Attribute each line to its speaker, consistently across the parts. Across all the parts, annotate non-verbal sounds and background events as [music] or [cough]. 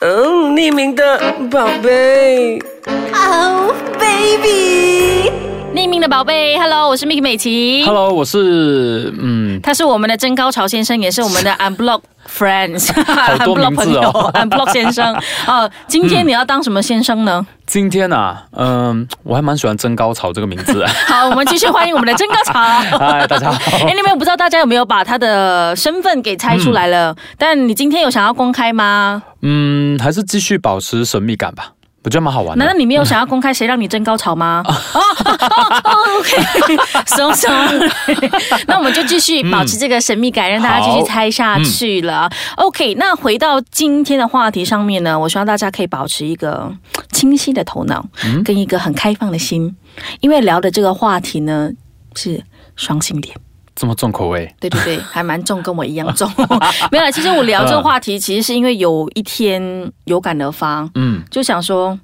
Speaker 1: 嗯匿名的宝贝。
Speaker 2: Oh baby，
Speaker 3: 匿名的宝贝，Hello，我是 Miki 美琪
Speaker 4: Hello，我是嗯，
Speaker 3: 他是我们的真高潮先生，也是我们的 Unblock
Speaker 4: [laughs]
Speaker 3: Friends，Unblock
Speaker 4: 多名
Speaker 3: 朋
Speaker 4: 字
Speaker 3: 友
Speaker 4: 哦
Speaker 3: [laughs] ，Unblock 先生。哦，今天你要当什么先生
Speaker 4: [laughs]
Speaker 3: 呢？
Speaker 4: 今天啊，嗯，我还蛮喜欢“真高潮”这个名 [laughs] 字的。啊
Speaker 3: 好，我们继续欢迎我们的真高潮。
Speaker 4: [laughs]
Speaker 3: [laughs]
Speaker 4: 嗨，大家好。 [laughs]
Speaker 3: 哎，你们不知道大家有没有把他的身份给猜出来了？但你今天有想要公开吗？
Speaker 4: 嗯，还是继续保持神秘感吧，我觉得蛮好玩
Speaker 3: 难道
Speaker 4: 的。嗯
Speaker 3: 你没有想要公开谁让你真高潮吗？哦哦哦，OK，松
Speaker 4: [laughs]
Speaker 3: 松，那我们就继续保持这个神秘感，让大
Speaker 4: 嗯
Speaker 3: 家继续猜下去了。OK，那回到今天的话题上面呢，我希望大家可以保持一个清晰的头脑，
Speaker 4: 嗯
Speaker 3: 跟一个很开放的心，因为聊的这个话题呢是双性恋。
Speaker 4: 这么重口味，
Speaker 3: 对对对，还蛮重，跟我一样
Speaker 4: [laughs]
Speaker 3: 重。没有啦，其实我聊
Speaker 4: 嗯
Speaker 3: 这个话题，其实是因为有一天有感而发，
Speaker 4: 嗯，
Speaker 3: 就想说，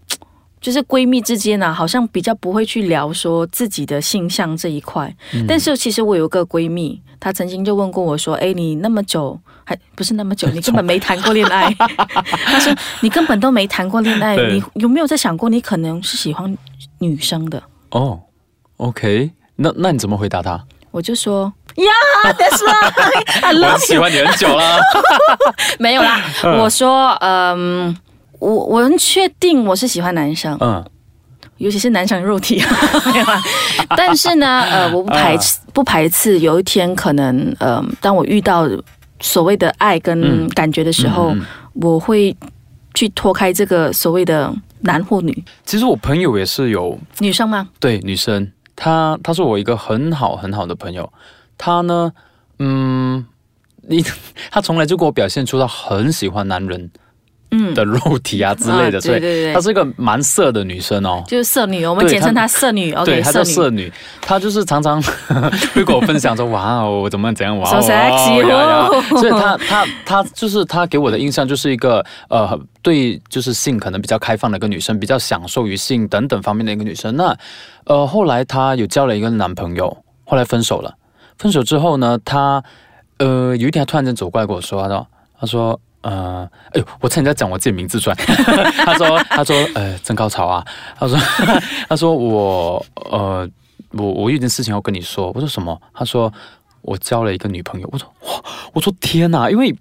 Speaker 3: 就是闺蜜之间啊，好像比较不会去聊说自己的性向这一块。但是其实我有个闺蜜，她曾经就问过我说：“哎，你那么久还不是那么久，你根本没谈过恋爱。”她说：“你根本都没谈过恋爱，
Speaker 4: 对
Speaker 3: 你有没有在想过你可能是喜欢女生的
Speaker 4: 哦，OK，那那你怎么回答他？？”
Speaker 3: 我就说。Yeah，that's right，I
Speaker 4: [laughs] 我
Speaker 3: love
Speaker 4: 很
Speaker 3: you
Speaker 4: 喜。欢你很久啦。
Speaker 3: 没有啦，我说，嗯，我我很确定我是喜欢男生，
Speaker 4: [laughs] 嗯，
Speaker 3: 尤其是男生肉
Speaker 4: [laughs]
Speaker 3: 体，没有
Speaker 4: 啊
Speaker 3: 啦。 [laughs] 但是呢，呃，我不排斥，不排斥有一天可能，呃，当我遇到所谓的爱跟
Speaker 4: 嗯
Speaker 3: 感觉的时候，
Speaker 4: 嗯嗯
Speaker 3: 我会去脱开这个所谓的男或女，
Speaker 4: 其实我朋友也是有
Speaker 3: 女生吗？
Speaker 4: 对女生，她她是我一个很好很好的朋友，她呢，嗯，你 [laughs] 她从来就给我表现出她很喜欢男人
Speaker 3: 嗯，
Speaker 4: 的肉体啊之类的，
Speaker 3: 啊
Speaker 4: 所
Speaker 3: 对对
Speaker 4: 以
Speaker 3: 对
Speaker 4: 她，是一个蛮色的女生哦。
Speaker 3: 就是色女，我们
Speaker 4: 对
Speaker 3: 简称
Speaker 4: 她
Speaker 3: 她色女
Speaker 4: 对，
Speaker 3: ，OK，
Speaker 4: 她
Speaker 3: 色
Speaker 4: 叫
Speaker 3: 女。
Speaker 4: 色女，她就是常 [laughs] 常会跟我分享说：“哇哦，我怎么样怎样哇
Speaker 3: So
Speaker 4: 哦，
Speaker 3: sexy，
Speaker 4: 哇哦呀呀
Speaker 3: 哦
Speaker 4: 所以她她她就是她给我的印象就是一个呃，对，就是性可能比较开放的一个女生，比较享受于性等等方面的一个女生。那呃，后来她有交了一个男朋友，后来分手了。分手之后呢，她呃有一天她突然间走过来跟我说，她说她说。呃，哎呦，我差点在讲我自己名字出来。 [laughs] 她说，她说，呃，真高潮啊！她说， [laughs] 他说我呃，我我有一件事情要跟你说。我说什么？他说我交了一个女朋友。我说哇，我说天哪！因为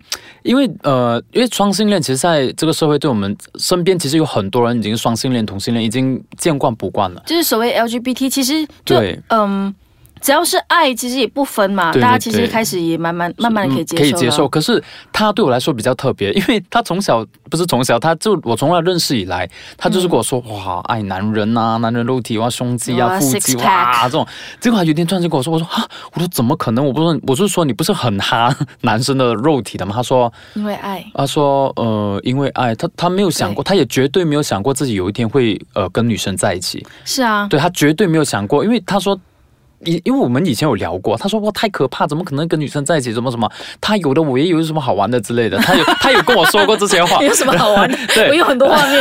Speaker 4: 因为呃，因为双性恋其实在这个社会对我们身边其实有很多人已经双性恋、同性恋已经见惯不惯了。
Speaker 3: 就是所谓 LGBT，其实就
Speaker 4: 对
Speaker 3: 嗯，只要是爱，其实也不分嘛。
Speaker 4: 对对
Speaker 3: 大家其实
Speaker 4: 对
Speaker 3: 一开始也慢慢慢慢地可以接
Speaker 4: 嗯
Speaker 3: 受、
Speaker 4: 可以接受。。可是他对我来说比较特别，因为他从小不是从小，他就我从他认识以来，他就是跟我说、哇，爱男人啊，男人肉体哇，胸肌
Speaker 3: 嗯哇
Speaker 4: 啊，腹肌
Speaker 3: six
Speaker 4: 哇
Speaker 3: pack
Speaker 4: 这种。结果他有一天突然就跟我说，我说啊，我说怎么可能？我不是我是说你不是很哈 [laughs] 男生的肉体的吗？他说
Speaker 3: 因为爱，
Speaker 4: 他说呃，因为爱他他没有想过，他也绝对没有想过自己有一天会呃跟女生在一起。
Speaker 3: 是啊，
Speaker 4: 对他绝对没有想过，因为他说。因因为我们以前有聊过，他说哇太可怕，怎么可能跟女生在一起？怎么什么？他有的我也有什么好玩的之类的，他有他有跟我说过
Speaker 3: [laughs]
Speaker 4: 这些话，
Speaker 3: 有什么好玩的？
Speaker 4: [laughs] 对
Speaker 3: 我有很多画
Speaker 4: [laughs]
Speaker 3: 面。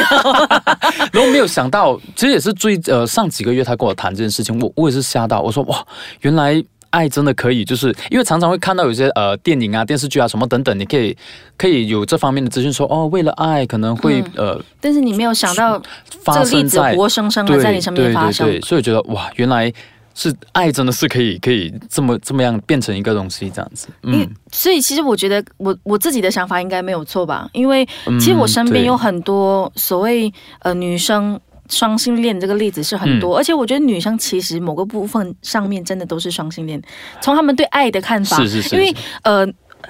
Speaker 4: 然后没有想到，其实也是最呃上几个月他跟我谈这件事情，我我也是吓到，我说哇，原来爱真的可以，就是因为常常会看到有些呃电影啊、电视剧啊什么等等，你可以可以有这方面的资讯说哦，为了爱可能会、呃
Speaker 3: 但是你没有嗯想到这
Speaker 4: 发
Speaker 3: 个例
Speaker 4: 生
Speaker 3: 子
Speaker 4: 在
Speaker 3: 活生生
Speaker 4: 对
Speaker 3: 的在你身边发生
Speaker 4: 对。对对，所以我觉得哇，原来是爱真的是可以可以这么这么样变成一个东西这样子。嗯
Speaker 3: 因为所以其实我觉得我我自己的想法应该没有错吧，因为其实我身边
Speaker 4: 嗯对
Speaker 3: 有很多所谓呃女生。双性恋这个例子是很
Speaker 4: 嗯
Speaker 3: 多，而且我觉得女生其实某个部分上面真的都是双性恋，从他们对爱的看法，
Speaker 4: 是是是
Speaker 3: 因为
Speaker 4: 是
Speaker 3: 呃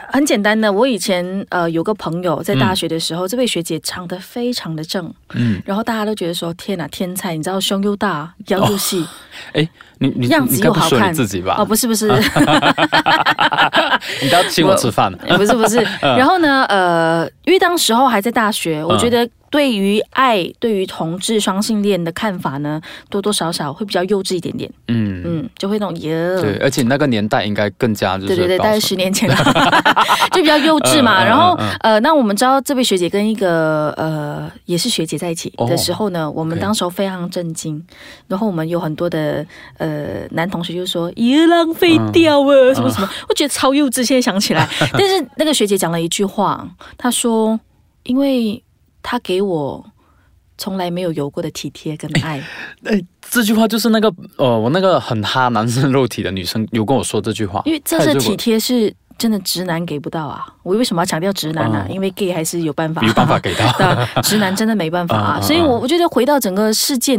Speaker 3: 很简单的，我以前呃有个朋友在大学的时候，这位学姐唱得非常的正，
Speaker 4: 嗯，
Speaker 3: 然后大家都觉得说天哪天才，你知道胸又大腰又细，
Speaker 4: 哎，你你
Speaker 3: 样子
Speaker 4: 你该
Speaker 3: 又
Speaker 4: 不
Speaker 3: 好
Speaker 4: 说
Speaker 3: 看，
Speaker 4: 你自己吧？
Speaker 3: 哦不是
Speaker 4: [laughs]
Speaker 3: 不是。
Speaker 4: 你都要请我吃
Speaker 3: [laughs]
Speaker 4: 饭。啊
Speaker 3: 不是不是，然后呢，呃，因为当时候还在大学，我觉得对于爱、对于同志双性恋的看法呢，多多少少会比较幼稚一点点，
Speaker 4: 嗯，
Speaker 3: 嗯，就会那种耶。
Speaker 4: 对，而且那个年代应该更加就是
Speaker 3: 对对对，
Speaker 4: 保
Speaker 3: 大概
Speaker 4: 守
Speaker 3: 十年前了， [laughs] 就比较幼稚嘛。
Speaker 4: 嗯嗯嗯
Speaker 3: 然后
Speaker 4: 嗯
Speaker 3: 呃，那我们知道这位学姐跟一个呃也是学姐在一起
Speaker 4: 哦
Speaker 3: 的时候呢，我们
Speaker 4: OK
Speaker 3: 当时候非常震惊。然后我们有很多的呃男同学就说：“咦，浪费
Speaker 4: 嗯
Speaker 3: 掉啊，什么什么。” [laughs] 我觉得超
Speaker 4: [laughs]
Speaker 3: 幼稚，现在想起来。但是那个学姐讲了一句话，她说：“因为他给我从来没有有过的体贴跟爱。
Speaker 4: 哎，这句话就是那个呃，我那个很哈男生肉体的女生有跟我说这句话， [laughs]
Speaker 3: 因为这
Speaker 4: 她也
Speaker 3: 是
Speaker 4: 就
Speaker 3: 体贴是真的直男给不到啊！我为什么要强调直男啊？
Speaker 4: 嗯
Speaker 3: 因为 gay 还是有办法，
Speaker 4: 有办法给到
Speaker 3: [laughs] 对，啊直男真的没办
Speaker 4: [laughs]
Speaker 3: 法啊！
Speaker 4: 嗯嗯嗯
Speaker 3: 所以我我觉得回到整个事件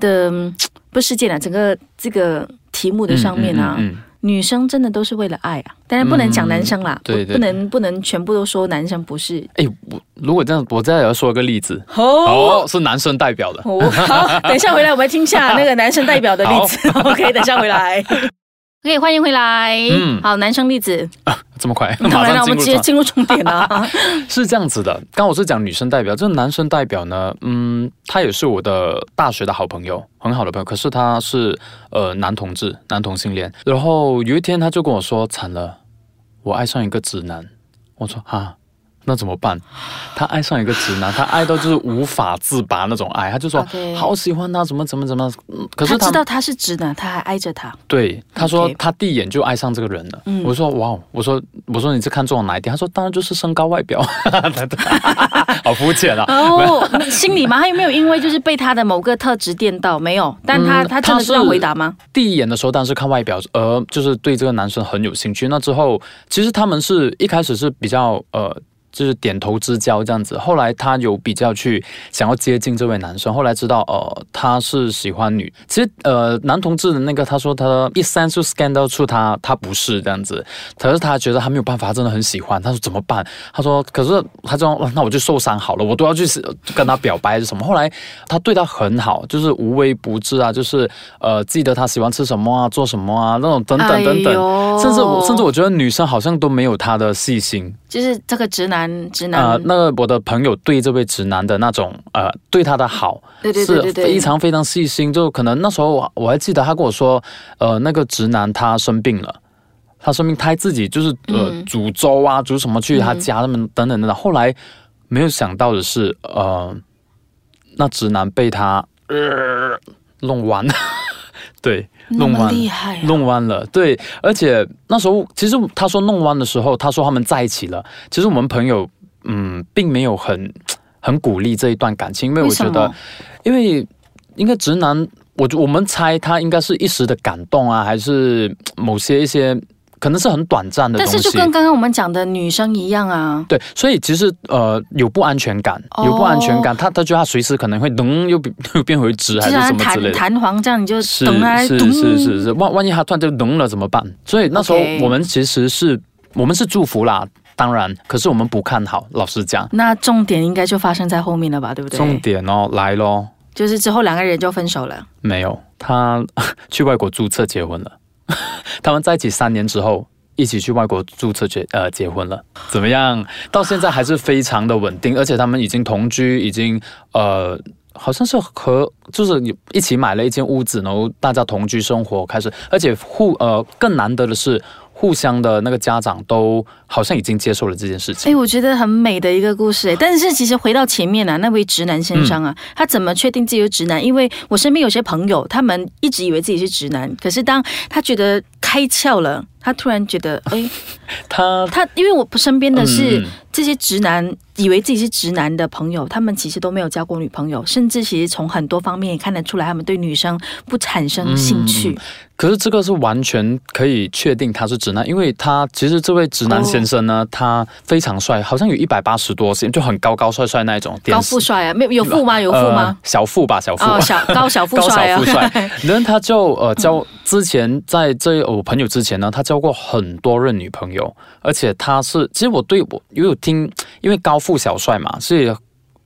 Speaker 3: 的嗯不是事件啊，整个这个题目的上面啊。
Speaker 4: 嗯嗯嗯嗯
Speaker 3: 女生真的都是为了爱啊，当然不能讲男生啦，
Speaker 4: 嗯对
Speaker 3: 不
Speaker 4: 对
Speaker 3: 不能不能全部都说男生不是
Speaker 4: 哎，我如果这样，我再来说一个例子，
Speaker 3: 哦。
Speaker 4: 哦，是男生代表 [laughs] 的，
Speaker 3: 哦，好，等一下回来我们听一下那个男生代表的例子。OK，等一下 [laughs] 回
Speaker 4: [laughs]
Speaker 3: 来。OK，欢迎回来。
Speaker 4: 嗯
Speaker 3: 好，男生例子，
Speaker 4: 这么快，
Speaker 3: [laughs] 当
Speaker 4: 马
Speaker 3: 然了，
Speaker 4: 上
Speaker 3: 我
Speaker 4: 进
Speaker 3: 们直
Speaker 4: 入啊
Speaker 3: 接
Speaker 4: 状
Speaker 3: 进入重点啊了。
Speaker 4: 是这样子的，刚我是讲女生代表，这男生代表呢，嗯，他也是我的大学的好朋友，很好的朋友，可是他是呃男同志，男同性恋。然后有一天他就跟我说：“惨了，我爱上一个直男。”我说：“啊，那怎么办？”他爱上一个直男，他爱到就是无法自拔那种爱，他就说
Speaker 3: OK
Speaker 4: 好喜欢啊他，怎么怎么怎么。嗯 [laughs] 可是
Speaker 3: 他知道他是直男，他还爱着
Speaker 4: [laughs]
Speaker 3: 他。
Speaker 4: 对，他说
Speaker 3: OK
Speaker 4: 他第一眼就爱上这个人了。
Speaker 3: 嗯
Speaker 4: 我说哇哦，我说我说你是看中我哪一点？他说当然就是身高外表， [laughs] 好肤浅啊。
Speaker 3: 哦，那心里吗？他有没有因为就是被他的某个特质电到？没有，但他、
Speaker 4: 嗯
Speaker 3: 他真的这样回答吗？
Speaker 4: 第一眼的时候当然是看外表，呃，就是对这个男生很有兴趣。那之后其实他们是一开始是比较呃。就是点头之交这样子，后来他有比较去想要接近这位男生，后来知道呃他是喜欢女，其实呃男同志的那个他说他一三就 scan 到出他他不是这样子，可是他觉得他没有办法，他真的很喜欢，他说怎么办？他说可是他说哇那我就受伤好了，我都要去跟他表白还是什么？后来他对他很好，就是无微不至啊，就是呃记得他喜欢吃什么啊，做什么啊那种等等等等，
Speaker 3: 哎呦
Speaker 4: 甚至我甚至我觉得女生好像都没有他的细心，
Speaker 3: 就是这个直男直男，
Speaker 4: 啊，那个我的朋友对这位直男的那种呃，对他的好，
Speaker 3: 对对对对对
Speaker 4: 是非常非常细心。就可能那时候我我还记得他跟我说，呃，那个直男他生病了。他生病，他自己就是呃
Speaker 3: 嗯
Speaker 4: 煮粥啊，煮什么去他家那么等等等等。后来没有想到的是，呃，那直男被他呃弄弯， [laughs] 对，
Speaker 3: 那
Speaker 4: 弄
Speaker 3: 么
Speaker 4: 弯，
Speaker 3: 厉害、啊，
Speaker 4: 弄弯了，对，而且那时候其实他说弄弯的时候，他说他们在一起了。其实我们朋友，嗯，并没有很很鼓励这一段感情，因为我
Speaker 3: 为什
Speaker 4: 觉
Speaker 3: 么
Speaker 4: 得，因为应该直男，我我们猜他应该是一时的感动啊，还是某些一些可能是很短暂的
Speaker 3: 但
Speaker 4: 东西。
Speaker 3: 是就跟刚刚我们讲的女生一样啊。
Speaker 4: 对，所以其实呃有不安全感，有不安全感，他他觉得他随时可能会咚又变又变回直还
Speaker 3: 就是像
Speaker 4: 什么之类
Speaker 3: 弹弹
Speaker 4: 的。
Speaker 3: 簧这样，你就是等啊，
Speaker 4: 是
Speaker 3: 咚
Speaker 4: 是是是，万万一他突然就聋了怎么办？所以那时候
Speaker 3: OK
Speaker 4: 我们其实是我们是祝福啦，当然，可是我们不看好，老实讲。
Speaker 3: 那重点应该就发生在后面了吧，对不对？
Speaker 4: 重点哦，来咯，
Speaker 3: 就是之后两个人就分手了。
Speaker 4: 没有，他 [laughs] 去外国注册结婚了， [laughs] 他们在一起三年之后。一起去外国注册结呃结婚了，怎么样？到现在还是非常的稳定，而且他们已经同居，已经呃好像是和就是一起买了一间屋子，然后大家同居生活开始，而且互呃更难得的是，互相的那个家长都好像已经接受了这件事情。
Speaker 3: 哎，我觉得很美的一个故事哎。但是其实回到前面啊，那位直男先生啊，
Speaker 4: 嗯
Speaker 3: 他怎么确定自己是直男？因为我身边有些朋友，他们一直以为自己是直男，可是当他觉得开窍了，他突然觉得，
Speaker 4: [laughs]
Speaker 3: 哎，
Speaker 4: 他
Speaker 3: 他因为我身边的是、
Speaker 4: 嗯
Speaker 3: 这些直男，以为自己是直男的朋友，他们其实都没有交过女朋友，甚至其实从很多方面也看得出来，他们对女生不产生兴
Speaker 4: 嗯
Speaker 3: 趣。
Speaker 4: 可是这个是完全可以确定他是直男，因为他其实这位直
Speaker 3: 哦
Speaker 4: 男先生呢，他非常帅，好像有一百八十多 cm，就很高高帅帅那一种。
Speaker 3: 高富帅啊，没有有富吗？有富
Speaker 4: 呃
Speaker 3: 吗？
Speaker 4: 小富吧，小富。
Speaker 3: 哦，小高小富
Speaker 4: [laughs] 高小
Speaker 3: 帅啊
Speaker 4: 富，
Speaker 3: [laughs]
Speaker 4: 帅，嗯然后他就呃交之前在这我朋友之前呢，他交过很多任女朋友，而且他是其实我对我因为我听，因为高富小帅嘛，所以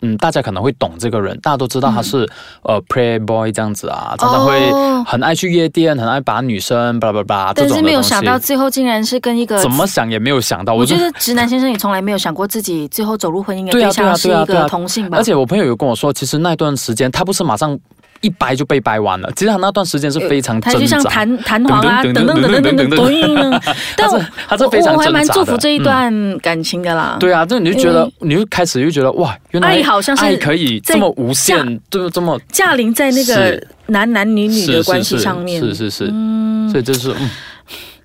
Speaker 4: 嗯大家可能会懂这个人，大家都知道他是、呃 playboy 这样子啊，常常会
Speaker 3: 哦
Speaker 4: 很爱去夜店，很爱把女生巴拉巴拉这
Speaker 3: 但
Speaker 4: 种
Speaker 3: 是
Speaker 4: 的
Speaker 3: 没有
Speaker 4: 东西
Speaker 3: 想到最后竟然是跟一个
Speaker 4: 怎么想也没有想到，
Speaker 3: 我
Speaker 4: 就
Speaker 3: 觉得直男先生也从来没有想过自己最后走入婚姻的
Speaker 4: 对啊对
Speaker 3: 象
Speaker 4: 啊
Speaker 3: 是
Speaker 4: 对啊
Speaker 3: 一
Speaker 4: 对啊
Speaker 3: 个同性吧？
Speaker 4: 而且我朋友有跟我说，其实那段时间他不是马上一掰就被掰完了，其实他那段时间是非常
Speaker 3: 呃他
Speaker 4: 挣
Speaker 3: 就像
Speaker 4: 扎。
Speaker 3: 弹弹簧啊，
Speaker 4: 噔
Speaker 3: 等
Speaker 4: 噔
Speaker 3: 等
Speaker 4: 噔
Speaker 3: 等
Speaker 4: 噔
Speaker 3: 等等
Speaker 4: 噔
Speaker 3: 等
Speaker 4: 噔
Speaker 3: 等， [laughs] 但我
Speaker 4: 他是他是非常
Speaker 3: 我我还蛮
Speaker 4: 挣扎
Speaker 3: 祝
Speaker 4: 的嗯
Speaker 3: 福这一段感情的啦。
Speaker 4: 对啊，这你就觉得
Speaker 3: 嗯，
Speaker 4: 你就开始就觉得哇，原来
Speaker 3: 爱好像是
Speaker 4: 爱可以
Speaker 3: 在
Speaker 4: 这么无
Speaker 3: 架
Speaker 4: 限，就这么
Speaker 3: 驾临在那个
Speaker 4: 是
Speaker 3: 男男女女
Speaker 4: 是
Speaker 3: 的
Speaker 4: 是
Speaker 3: 关系
Speaker 4: 是
Speaker 3: 上面，
Speaker 4: 是是是，所以就是嗯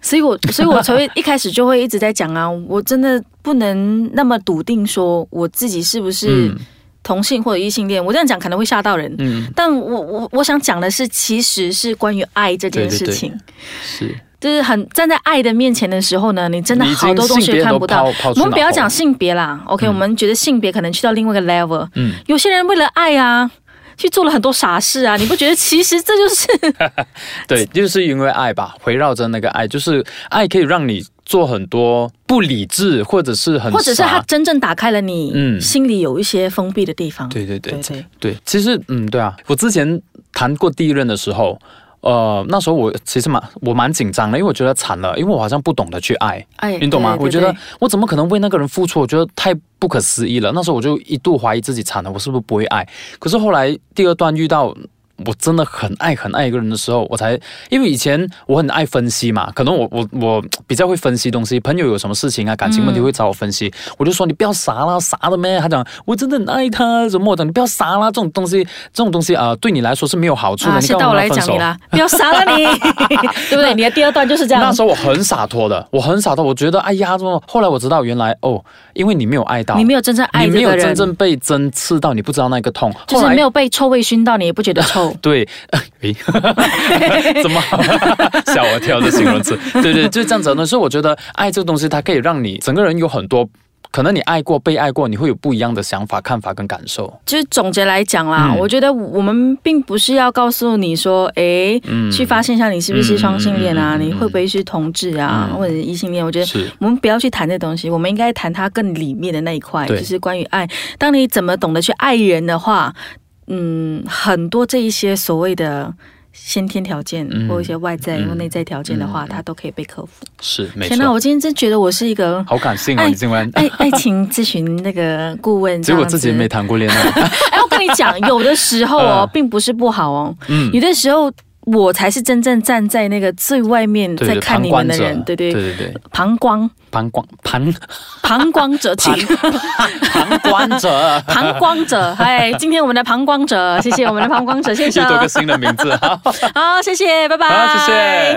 Speaker 3: 所
Speaker 4: [laughs]
Speaker 3: 以我所以我才会一开始就会一直在讲啊，我真的不能那么笃定说我自己是不是
Speaker 4: 嗯
Speaker 3: 同性或者异性恋，我这样讲可能会吓到人，
Speaker 4: 嗯，
Speaker 3: 但我我我想讲的是，其实是关于爱这件事情，
Speaker 4: 是
Speaker 3: 就是很站在爱的面前的时候呢，你真的
Speaker 4: 你已经
Speaker 3: 好多东
Speaker 4: 性
Speaker 3: 西
Speaker 4: 别
Speaker 3: 看
Speaker 4: 都
Speaker 3: 不到。
Speaker 4: 抛抛
Speaker 3: 我
Speaker 4: 出
Speaker 3: 们不要
Speaker 4: 脑后
Speaker 3: 讲性别啦，OK，、我们觉得性别可能去到另外一个 level。
Speaker 4: 嗯，
Speaker 3: 有些人为了爱啊，去做了很多傻事啊，你不觉得其实这就是
Speaker 4: 对，就是因为爱吧，围绕着那个爱，就是爱可以让你做很多不理智或者是很
Speaker 3: 或者是他
Speaker 4: 傻
Speaker 3: 真正打开了你、
Speaker 4: 嗯
Speaker 3: 心里有一些封闭的地方？
Speaker 4: 对对对
Speaker 3: 对对
Speaker 4: 对，其实嗯，对啊，我之前谈过第一任的时候，呃，那时候我其实蛮我蛮紧张的，因为我觉得惨了，因为我好像不懂得去爱，
Speaker 3: 哎
Speaker 4: 你懂吗？
Speaker 3: 对对
Speaker 4: 我觉得
Speaker 3: 对
Speaker 4: 我怎么可能为那个人付出？我觉得太不可思议了。那时候我就一度怀疑自己惨了，我是不是不会爱？可是后来第二段遇到。我真的很爱很爱一个人的时候，我才因为以前我很爱分析嘛，可能我我我比较会分析东西，朋友有什么事情啊，感情问题会找我分析，
Speaker 3: 嗯
Speaker 4: 我就说你不要傻啦，傻的咩？他讲我真的很爱他，什么我讲你不要傻啦，这种东西，这种东西啊、呃对你来说是没有好处的，
Speaker 3: 啊，
Speaker 4: 你
Speaker 3: 是
Speaker 4: 干
Speaker 3: 到
Speaker 4: 嘛
Speaker 3: 我来
Speaker 4: 跟他分
Speaker 3: 讲
Speaker 4: 手
Speaker 3: 你啦，不要杀了
Speaker 4: [laughs]
Speaker 3: 你，对不对？你的第二段就是这样
Speaker 4: 那。时候我很洒脱的，我很洒脱，我觉得哎呀，怎么？后来我知道原来哦，因为你没有爱到，
Speaker 3: 你没有真正爱
Speaker 4: 你
Speaker 3: 这
Speaker 4: 没有
Speaker 3: 个
Speaker 4: 真
Speaker 3: 人，
Speaker 4: 正被针刺到，你不知道那个痛，
Speaker 3: 就是
Speaker 4: 后来。
Speaker 3: 没有被臭味熏到，你也不觉得臭
Speaker 4: [laughs] 对，诶
Speaker 3: [laughs]
Speaker 4: 怎么吓我一跳的形容词？对对，就是这样子的。所以我觉得爱这个东西，它可以让你整个人有很多。可能你爱过、被爱过，你会有不一样的想法、看法跟感受。
Speaker 3: 就是总结来讲啦，
Speaker 4: 嗯
Speaker 3: 我觉得我们并不是要告诉你说，诶，去发现一下你是不是双性恋啊，
Speaker 4: 嗯嗯嗯嗯嗯嗯
Speaker 3: 你会不会是同志啊，
Speaker 4: 嗯
Speaker 3: 或者异性恋？我觉得
Speaker 4: 是
Speaker 3: 我们不要去谈这东西，我们应该谈它更里面的那一块，
Speaker 4: 对
Speaker 3: 就是关于爱。当你怎么懂得去爱人的话，嗯，很多这一些所谓的。先天条件
Speaker 4: 嗯
Speaker 3: 或一些外在
Speaker 4: 嗯
Speaker 3: 或内在条件的话，
Speaker 4: 嗯嗯
Speaker 3: 它都可以被克服。
Speaker 4: 是，没
Speaker 3: 天哪，
Speaker 4: 错。
Speaker 3: 我今天真觉得我是一个
Speaker 4: 好感性哦，
Speaker 3: 哎
Speaker 4: 你竟然，
Speaker 3: 爱爱情咨询那个顾问，
Speaker 4: [laughs] 结果自己没
Speaker 3: 这样
Speaker 4: 谈过恋爱。
Speaker 3: 子。 [laughs] 哎，我跟你讲，有的时候哦
Speaker 4: 呃，
Speaker 3: 并不是不好哦，
Speaker 4: 嗯
Speaker 3: 有，的时候我才是真正站在那个最外面
Speaker 4: 对
Speaker 3: 在
Speaker 4: 对，
Speaker 3: 看
Speaker 4: 旁
Speaker 3: 你们
Speaker 4: 观
Speaker 3: 的
Speaker 4: 者
Speaker 3: 人，，对对，
Speaker 4: 对对对，
Speaker 3: 旁
Speaker 4: [laughs]
Speaker 3: 观
Speaker 4: 旁观旁
Speaker 3: 旁观者，请，
Speaker 4: 旁观者
Speaker 3: 旁观者，哎，今天我们的旁观者，谢谢我们的旁观者先
Speaker 4: [laughs] 又
Speaker 3: 生，
Speaker 4: 多个新的名字。好，
Speaker 3: 好，谢谢，拜拜，
Speaker 4: 好，谢谢。